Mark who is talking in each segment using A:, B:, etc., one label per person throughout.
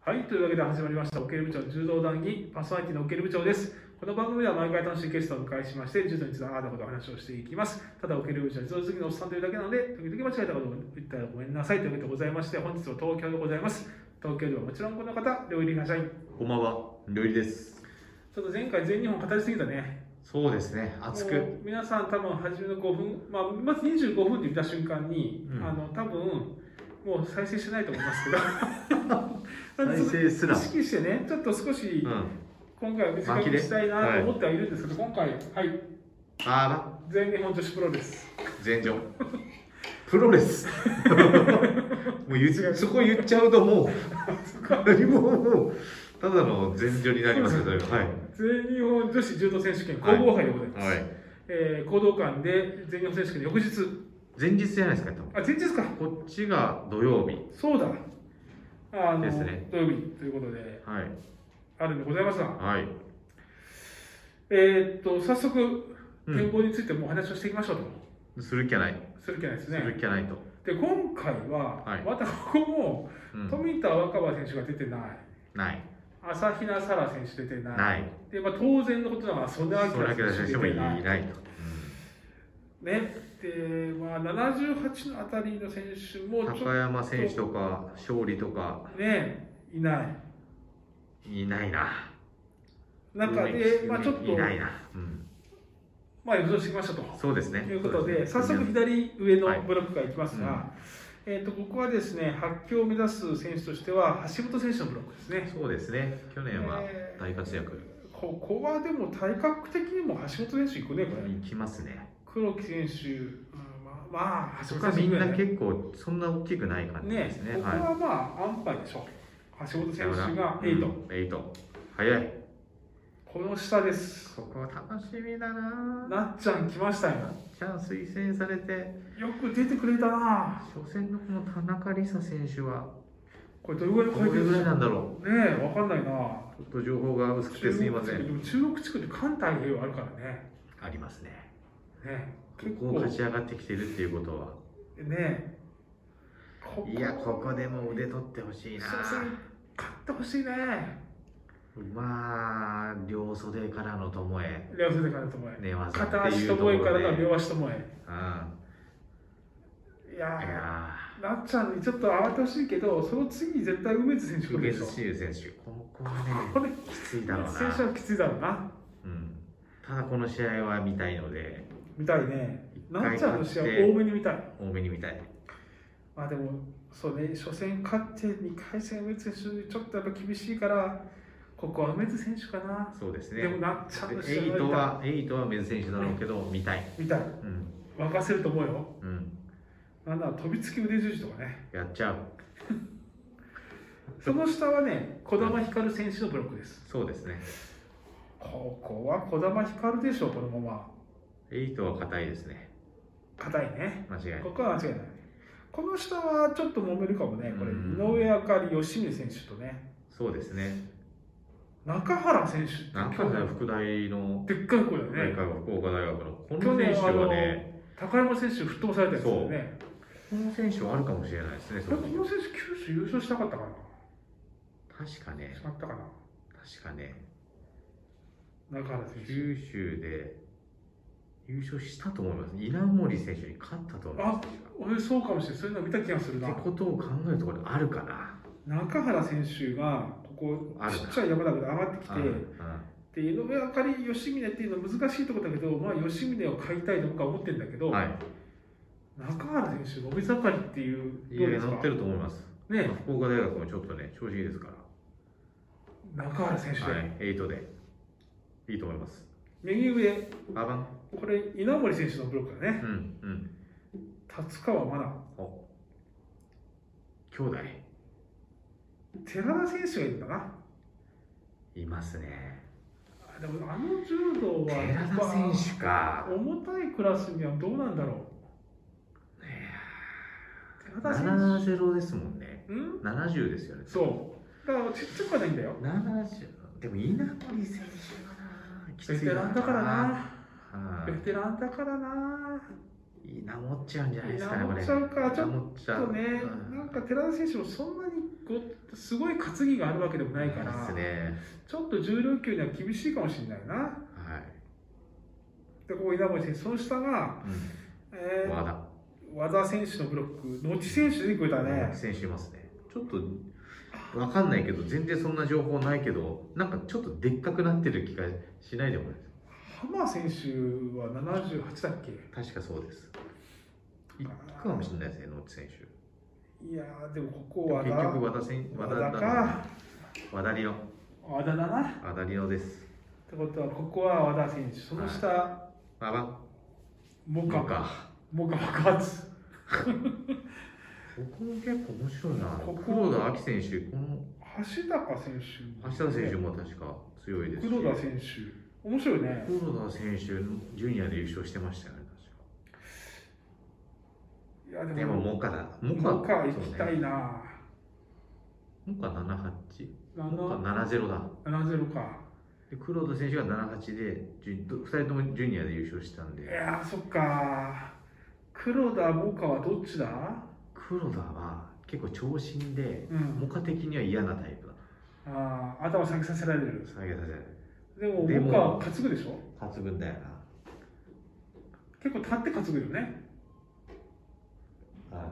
A: はい、というわけで始まりました、オケル部長の柔道談義、パーソナリティのオケル部長です。この番組では毎回楽しいゲストをお迎えしまして、柔道につながったことをお話をしていきます。ただ、オケル部長は柔道好きのおっさんというだけなので、時々間違えたことを言ったらごめんなさいというわけでございまして、本日は東京でございます。東京ではもちろんこの方、料理家社員。
B: こんばんは、料理です。
A: ちょっと前回全日本語りすぎたね。
B: そうですね、熱
A: も
B: く。
A: う皆さん多分初めの5分、まあ、まず25分って見た瞬間に、
B: うん
A: あの多分もう再生してないと思いますけ ど。
B: 再生す
A: 意
B: ら。
A: 識してね、ちょっと少し
B: うん。あ
A: 今回は短くしたいなと思ってはいるんですけど、今回、はい、
B: ーま、
A: 全日本女子プロです。
B: 全 場。プロレ ス。もう言っそこ言っちゃうともう、何ももう、ただの全場になります けど、はい。
A: 全日本女子柔道選手権皇后杯でございます。
B: はい。
A: えー講道館で全日本選手権の翌日、
B: 前日じゃないですか、多分。
A: あ、前日か、
B: こっちが土曜日。
A: そうだ、あの、
B: ですね
A: 土曜日ということで、
B: はい。
A: あるんでございますが、
B: はい。
A: えーっと、早速、
B: うん
A: 展望についてもお話をしていきましょうと、
B: する気はない。
A: する気ないです
B: す
A: ね。
B: る気はないと。
A: で、今回は、
B: はい
A: またここも、
B: うん。
A: 富田若葉選手が出てない、
B: ない。
A: 朝比奈沙羅選手出てない。
B: ない。
A: でまあ、当然のことながら、それだ
B: それだ
A: け
B: け
A: は
B: 出
A: 選
B: し
A: 手
B: ても
A: 出
B: い
A: てない。ね、
B: ないと。
A: で、まあ、78のあたりの選手も
B: うん
A: ちょっ
B: 高山選手とか、勝利とか、
A: とね、いない。
B: いないな。
A: 中で、まあ、ちょっと
B: い、ないな。うん。
A: まあ、予想してきましたと。
B: そうですね。
A: ということで、
B: そ
A: 早
B: うすね
A: 速左上
B: はい
A: のブロックからいきますが、えー、とここはですね、発狂を目指す選手としては、橋本選手のブロックですね。
B: そうですね。去年は
A: えー
B: 大活躍。
A: ここはでも体格的にも橋本選手いくね、これ。
B: いきますね。
A: 黒木選手、うんまあ、まあ、
B: そ
A: 橋
B: こ
A: 本
B: は
A: 選手
B: みん
A: ぐらい
B: な
A: ね
B: 結構そんな大きくない感じ
A: ね
B: ですね。
A: ここ
B: はい。
A: はまあ、安牌でしょう。橋本選手が
B: エイ
A: 8、
B: ト。エイト。早い。
A: この下です。
B: ここは楽しみだな。
A: なっちゃん来ましたよ。
B: じゃあ推薦されて、
A: よく出てくれたな。
B: 初戦のこの田中理沙選手は
A: これどれぐらいの
B: どれ
A: 解決
B: ぐらいなんだ
A: ね
B: ろ
A: え、わかんないな
B: う。。ちょっと情報が薄くてすみませ
A: 中
B: ん。
A: 国地区でも中国地区って関太平洋あるからね。
B: ありますね。
A: ねえ
B: こ
A: 結
B: こを
A: 構、
B: 勝
A: ね
B: ち上がってきてるっていうことは。
A: え。こ
B: いや、ここでも腕取ってほしいな。
A: そうそう勝ってほしいね。
B: まあ、両袖からの巴え、
A: 両手でからともえ。
B: 寝技って
A: 片
B: い
A: 足
B: う
A: と
B: とこ
A: も
B: ろ
A: え
B: で。
A: からの両足ともえ。
B: うん
A: いや
B: いや
A: ー、なっちゃんにちょっと慌ててほしいけど、その次に絶対梅津選手
B: ー、
A: 来るで
B: 福
A: しょ
B: 月。修選手、ここは
A: これ
B: ね、きついだろう
A: 選手
B: な。
A: はきついだろうな。
B: うん、ただ、この試合は見たいので、
A: 見たいね。
B: 一
A: なっ
B: 回
A: ちゃん
B: 勝
A: の
B: っ
A: 試合
B: て
A: 多めに見たい。
B: 多めに見たい。
A: まあでも、そうね、初戦勝って2回戦、梅津選手にちょっとやっぱ厳しいから、ここは梅津選手かな。
B: そうです
A: でも
B: ね。
A: なっちゃんの試
B: エイ
A: 合
B: ト
A: は
B: は、エイトは水選手だろうけど、見たい。
A: 見たい。
B: うん、
A: 沸かせると思うよ。
B: うん、
A: なんなら飛びつき腕十字とかね。
B: やっちゃう。
A: その下はね、児玉ひかる選手のブロックです。
B: そうですね。
A: ここは児玉ひかるでしょ、このまま。
B: エイトは硬いですね。
A: 硬いね。
B: 間違いない。
A: ここは間違いない。この下はちょっと揉めるかもね、これ、
B: うん
A: 井上あかり、吉見選手とね、
B: そうですね。
A: 中原選手って、
B: なんかね、副大の
A: でっかい子だよ
B: 大
A: ね、
B: 会は福岡大学のこ
A: 去
B: の選
A: 年
B: 手はね、
A: 高山選手、吹っ飛ばされたやつだよね、
B: この選手はあるかもしれないですね、
A: こ
B: そ
A: れ
B: こ
A: こ
B: に
A: の選手、九州優勝したかったかな、
B: 確かね
A: し、まったかな、
B: 確かね、
A: 中原選手。
B: 九州で優勝したと思います、稲森選手に勝ったと思います、
A: 俺、そうかもしれない、そういうの見た気がする
B: 確か
A: な
B: って。ことを考えると、これあるかな、
A: 中原選手が、ここ、
B: ある
A: ち
B: な
A: っちゃい山だけど上がってき
B: うん
A: て、で井上あかり、吉宗っていうのは難しいところだけど、まあ、吉宗を買いたいと僕は思ってるんだけ
B: う
A: ど、
B: んはい、
A: 中原選手、伸び盛りっていう、
B: いや、乗ってると思います、
A: ね、
B: 福岡大学もちょっとね、調子いいですか
A: 中原選手
B: ら、
A: で、
B: はい、8で、いいと思います、
A: 右上、
B: アバン、
A: これ、稲森選手のブロックだね、
B: うん、うん、
A: 達川真
B: 兄弟、
A: 奈、寺田選手がいるんだな、
B: いますね、
A: あでもあの柔道は、
B: 寺田選手か。
A: まあ重たいクラスにはどうなんだろ
B: いやー
A: う、寺田選
B: 70ですもんね。
A: 手、うん
B: 70ですよね。
A: そう、だからちっちゃくはないんだよ、
B: 70。でも稲森選手はな、き
A: ベテランだからな、
B: は
A: ベテランだからな、
B: い。稲持っちゃうんじゃないですかね、これ。
A: 稲持っちゃうかちょっ
B: 稲持っちゃ
A: あ
B: う
A: とね、
B: う
A: なん
B: ん
A: か寺田選手もそんなにごすごい担ぎがあるわけでもないから、
B: ですね。
A: ちょっと重量級には厳しいかもしれないな。
B: はい。
A: で、ここ稲森選手、その下が、
B: うん
A: えー
B: 和田。
A: 和田選手のブロック、野地選手出てくれたね。
B: 選手いますね。ちょっと、わかんないけど、全然そんな情報ないけど、なんかちょっとでっかくなってる気がしないでもないです。
A: 浜選手は78だっけ
B: 確かそうです。いくかもしれないですね、野内選手。
A: いやー、でもここ和
B: 結
A: 田、
B: 局和田選和
A: 和
B: 田
A: 田
B: だな
A: か。
B: 和田リオ。
A: 和田だな。っ
B: 和田リオです。
A: てことは、ここは和田選手、その下、
B: あば、
A: モ
B: な
A: カ
B: んか。
A: モカ爆発。
B: ここも結構面白いな。
A: ここ
B: 黒田亜希選手、この
A: 橋高選手。
B: 橋田選手も確か強いですし。
A: 黒田選手。面白いね。
B: 黒田選手のジュニアで優勝してましたよね、
A: いや、
B: 確か。
A: で
B: でも、
A: も、
B: モカだ。モカ、
A: モカ行きた
B: そうね
A: いな。
B: モカ78。モカ
A: 7
B: 70だ。
A: 70か。
B: で、黒田選手が78で、ジュ2人ともジュニアで優勝したん
A: い
B: で、
A: やー、そっか。黒田、モカはどっちだ
B: 黒田は結構長身で、
A: うん。
B: モカ的には嫌なタイプだ。
A: ああ、頭下げさせられる。
B: 下げさせない。
A: でも、
B: でも
A: モカは担ぐでしょ
B: 抜群だよな。
A: 結構立って担ぐよね。
B: はい。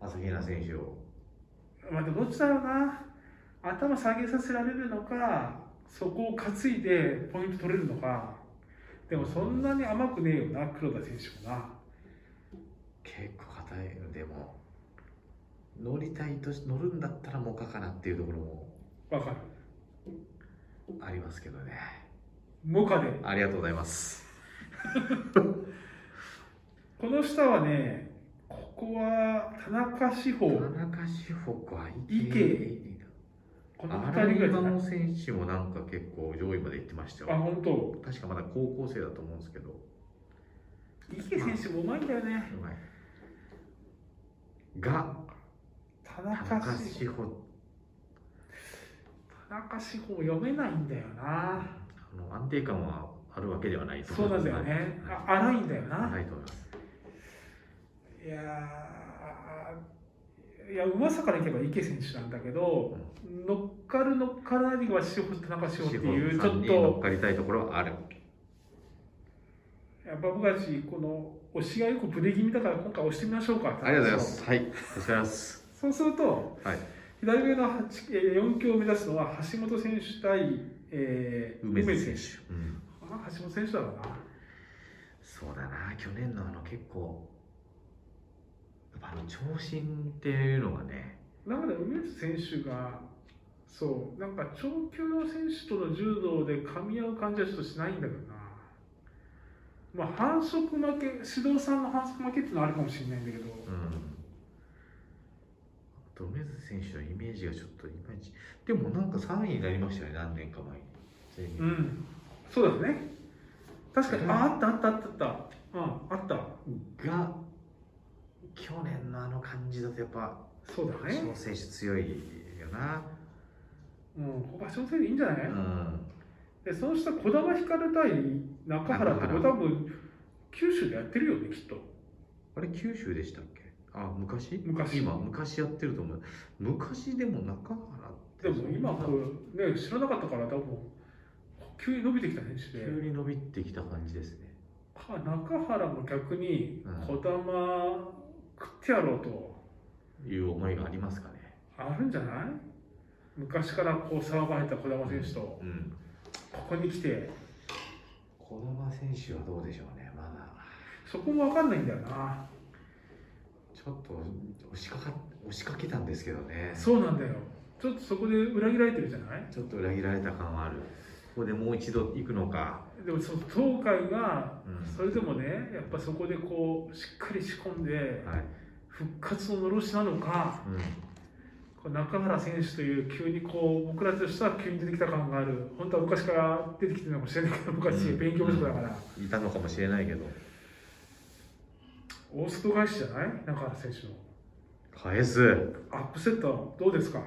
B: 朝比奈選手を。
A: まあ、でもどっちだろうな。頭下げさせられるのか、そこを担いでポイント取れるのか。でも、そんなに甘くねえよな、黒田選手もな。
B: 結構硬いでも乗りたいとし乗るんだったらモカかなっていうところも
A: わかる。
B: ありますけどね
A: モカで。
B: ありがとうございます
A: この下はね、ここは田中志
B: 田
A: 保、
B: 中志保か
A: 池この2
B: ア
A: 人
B: ラ
A: ぐ
B: イ
A: らいじ
B: バ
A: ゃない
B: の選手もなんか結構上位まで行ってました
A: あ、
B: よ
A: 本当。
B: 確かまだ高校生だと思うんですけど
A: 池選手もうまいんだよね。
B: うまいが
A: 田
B: 田
A: 中
B: 中
A: 志
B: 志保
A: 田中志保も読めないんだよな。
B: あの安定感はあるわけではないと
A: そうなんだよね。あ荒いんだよ
B: はい
A: な。
B: ないと思います
A: いやー、いや、うまさからいけば池選手なんだけど、乗っかる乗っからないは志保、田中志保っていう、ち
B: 志
A: ょ
B: 保
A: っ
B: に乗っ
A: と、
B: かりたいところはある
A: やっぱ僕たち、この押しがよくブレ気味だから、今回押してみましょうか。
B: ありがとうございますはいありがとうございます
A: そうすると、
B: はい
A: 左上の8えー4強を目指すのは橋本選手対、えー、梅津選手。
B: 手、うん、
A: あ橋本選手だろうな。
B: そうだな去年のあの結構やっぱあの長身っていうのがね
A: 中で梅津選手が、そう、なんか長距離の選手との柔道で噛み合う感じはちょっとしないんだけどな。まあ、反則負け、指導さんの反則負けっていうのはあるかもしれないんだけど、
B: うんあと梅津選手のイメージがちょっといまいちでもなんか3位になりましたよね何年か前についに
A: うん、そうだね。確かに、あ、あったあったあったあった。うん、あった。
B: が去年のあの感じだとやっぱ
A: そうだね
B: 小。選手強いよな
A: うん、ここ橋本選手いいんじゃない、
B: うん
A: でその下児玉ひかる対中原ってこれ多分九州でやってるよねきっと
B: あれ九州でしたっけあ昔
A: 昔
B: 今昔やってると思う昔でも中原っ
A: で
B: て
A: も今
B: そんな
A: こうね知らなかったから多分急に伸びてきた選手で
B: 急に伸びてきた感じですね。
A: か中原も逆に
B: うん
A: 児玉食ってやろうと
B: いう思いがありますかね。
A: あるんじゃない昔からこう騒がれた児玉選手とこ
B: うん。
A: こに来て
B: 児玉選手はどうでしょうね。まだ
A: そこも分かんないんだよな
B: ちょっと押しかか押しかけたんですけどね。
A: そうなんだよちょっとそこで裏切られてるじゃない
B: ちょっと裏切られた感はある。ここでもう一度行くのか。
A: でもその東海が
B: うん
A: それでもねやっぱそこでこうしっかり仕込んで
B: はい。
A: 復活ののろしなのか
B: う
A: こう中原選手という急にこう僕らとしては急に出てきた感がある本当は昔から出てきてるのかもしれないけど僕は
B: うん
A: 勉強不足だから、
B: ん。いたのかもしれないけど
A: 大外返しじゃない中原選手の
B: 返す。
A: アップセットどうですか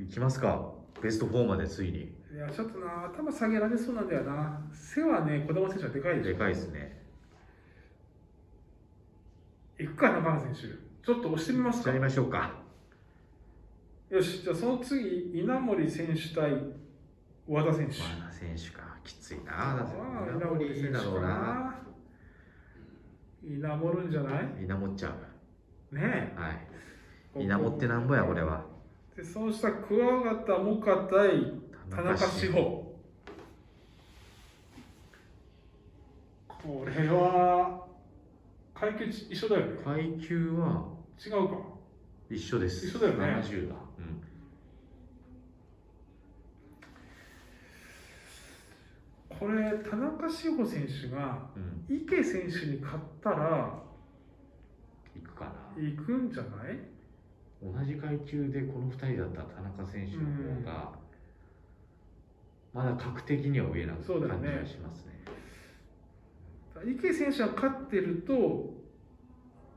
B: 行きますか。ベスト4までついに。
A: いやちょっとな頭下げられそうなんだよな背はね児玉選手はでかいでしょ
B: でかいですね。
A: いくか中原選手ちょっと押してみます
B: や
A: か
B: りましょうか。
A: よし、じゃあその次、稲森選手対和田選手。
B: 和田選手かきついな和田
A: ああ
B: 選
A: 稲
B: 手
A: 森
B: いい
A: 選手
B: だ
A: か
B: ろうな
A: な。稲森るんじゃない
B: 稲盛っちゃう
A: ね
B: はい
A: え。
B: 稲盛ってなんぼやこれは
A: で、そうしたら桑形萌香対田中志保。これは、階級一緒だよね。
B: 階級は
A: 違うか。
B: 一緒です
A: 一緒だよね
B: 70だうん
A: これ、田中志保選手が
B: うん
A: 池選手に勝ったら、
B: いくかな
A: 行くんじゃない
B: 同じ階級でこの2人だったら田中選手の方が、まだ格的には上な
A: そう
B: 感
A: だ
B: じ
A: よね
B: がしますね
A: 池選手が勝ってると、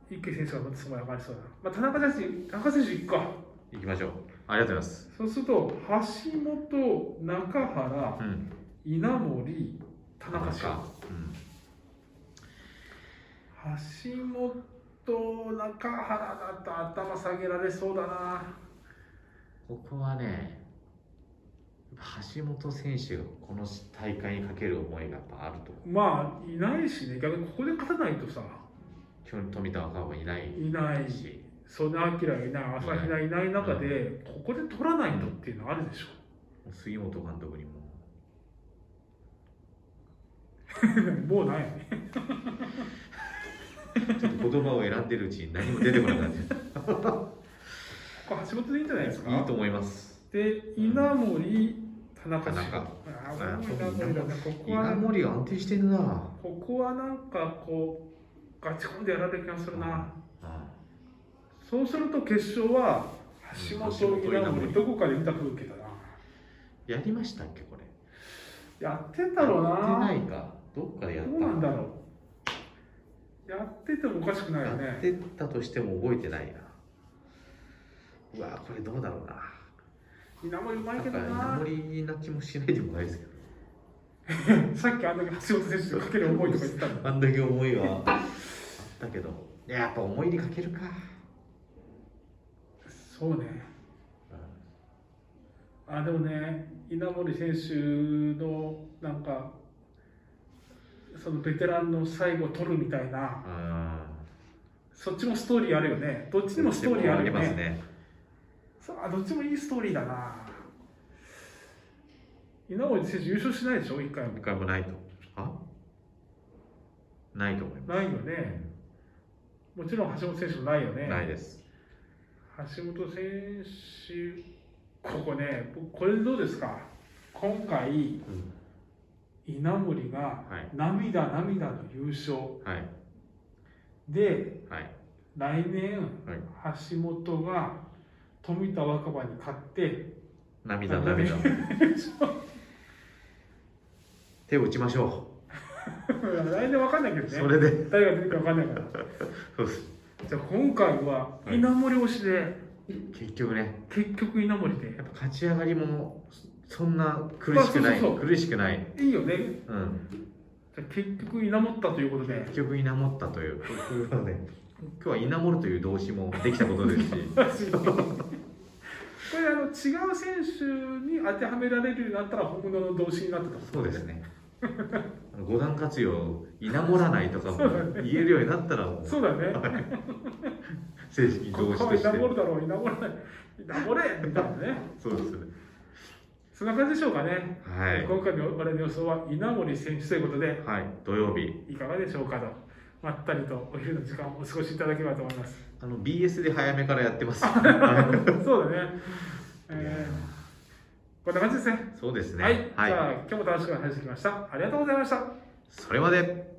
A: 池選手がまたそこに上がりそうだな。まあ、田中選手、田中選手行くか。
B: 行きましょうありがとうございます
A: そうすると、橋本、中原、
B: うん
A: 稲森、田中選
B: かうん
A: 手。橋本、中原だと頭下げられそうだな。
B: ここはね橋本選手がこの大会にかける思いがやっぱあると
A: まあ、いないしね、逆にここで勝たないとさ、
B: 基本富田若もいない
A: いないし、
B: し
A: 曽根明がいない、朝比奈いない中で、ここで取らないとっていうのはあるでしょ。
B: 杉本監督にも
A: もうない。
B: ちょっと言葉を選んでるうちに何も出てこなくなっちゃっ
A: ここ橋本でいいんじゃないですか。
B: たいいと思います
A: で、稲森、田中
B: 田
A: 氏。
B: 中
A: あーこれも稲森だね。ここ
B: 稲
A: は、
B: 森が安定してるな
A: ここはなんかこう、ガチコンでやられる気がするな。
B: うん
A: そうすると決勝は、橋
B: うん
A: 本、
B: 橋本
A: 稲
B: 稲
A: 森、
B: 森
A: どこかで見た風景だな。
B: やりましたっけこれ
A: やってんだろうな。
B: やってないかどっかでやった
A: どうなんだろう。やっててもおかしくないよ
B: やっ
A: ね。
B: てたとしても覚えてないなうわこれどうだろうな
A: 稲森うまい
B: なん
A: け
B: か
A: どな
B: 稲。盛な気もしないでもないですけど
A: さっきあんだけ橋本選手にかける思いとか言ってたの。
B: あんだけ思いはだけどいややっぱ思いにかけるか
A: そうね。あでもね、稲森選手のなんか、そのベテランの最後を取るみたいな、
B: うん
A: そっちもストーリーあるよね、どっちにもストーリーあるよ
B: ます
A: ね、
B: ね
A: そうあどっちもいいストーリーだな。稲森選手、優勝しないでしょ、一回も
B: 一。回もないとあないと思いま
A: ないよね、もちろん橋本選手もないよ
B: す
A: ね、
B: ないです
A: 橋本選手、ここね、僕これどうですか、今回、
B: ん
A: 稲森が
B: はい
A: 涙涙の優勝。
B: はい
A: で
B: はい
A: 来年、
B: はい
A: 橋本が富田若葉に勝って
B: 涙涙手を打ちましょ
A: 来年わかんないけ
B: う
A: ど
B: そ
A: ね
B: れで
A: 誰が出てくるかわかんないから
B: そうです
A: じゃあ今回は
B: はい
A: 稲森推しで
B: 結局ね
A: 結局稲森で
B: やっぱ勝ち上がりもそんな苦しくない
A: あそうそうそ
B: 苦しくない、
A: いいよね
B: うん、
A: じゃあ結局稲森ったということで
B: 結局稲盛ったということで今日は稲盛るという動詞もできたことですし
A: これあの違う選手に当てはめられるようになったら本物の動詞になってた
B: そうで すねあの五段活用稲盛らないとかも言えるようになったらもう
A: そうだね
B: 正式に
A: こ
B: 動詞
A: ことは
B: して
A: 稲森だろう稲森稲森みたいなね
B: そうですね
A: そんな感じでしょうかね
B: はい、
A: 今回の我々の予想は稲森選手ということで
B: はい、土曜日
A: いかがでしょうかとまったりとお昼の時間をお過ごしいただければと思います
B: あの BS で早めからやってます
A: そうだね、 えーこんな感じですね
B: そうですね
A: はい、じ
B: は
A: ゃあ
B: い、
A: 今日も楽しく話してきましたありがとうございました
B: それまで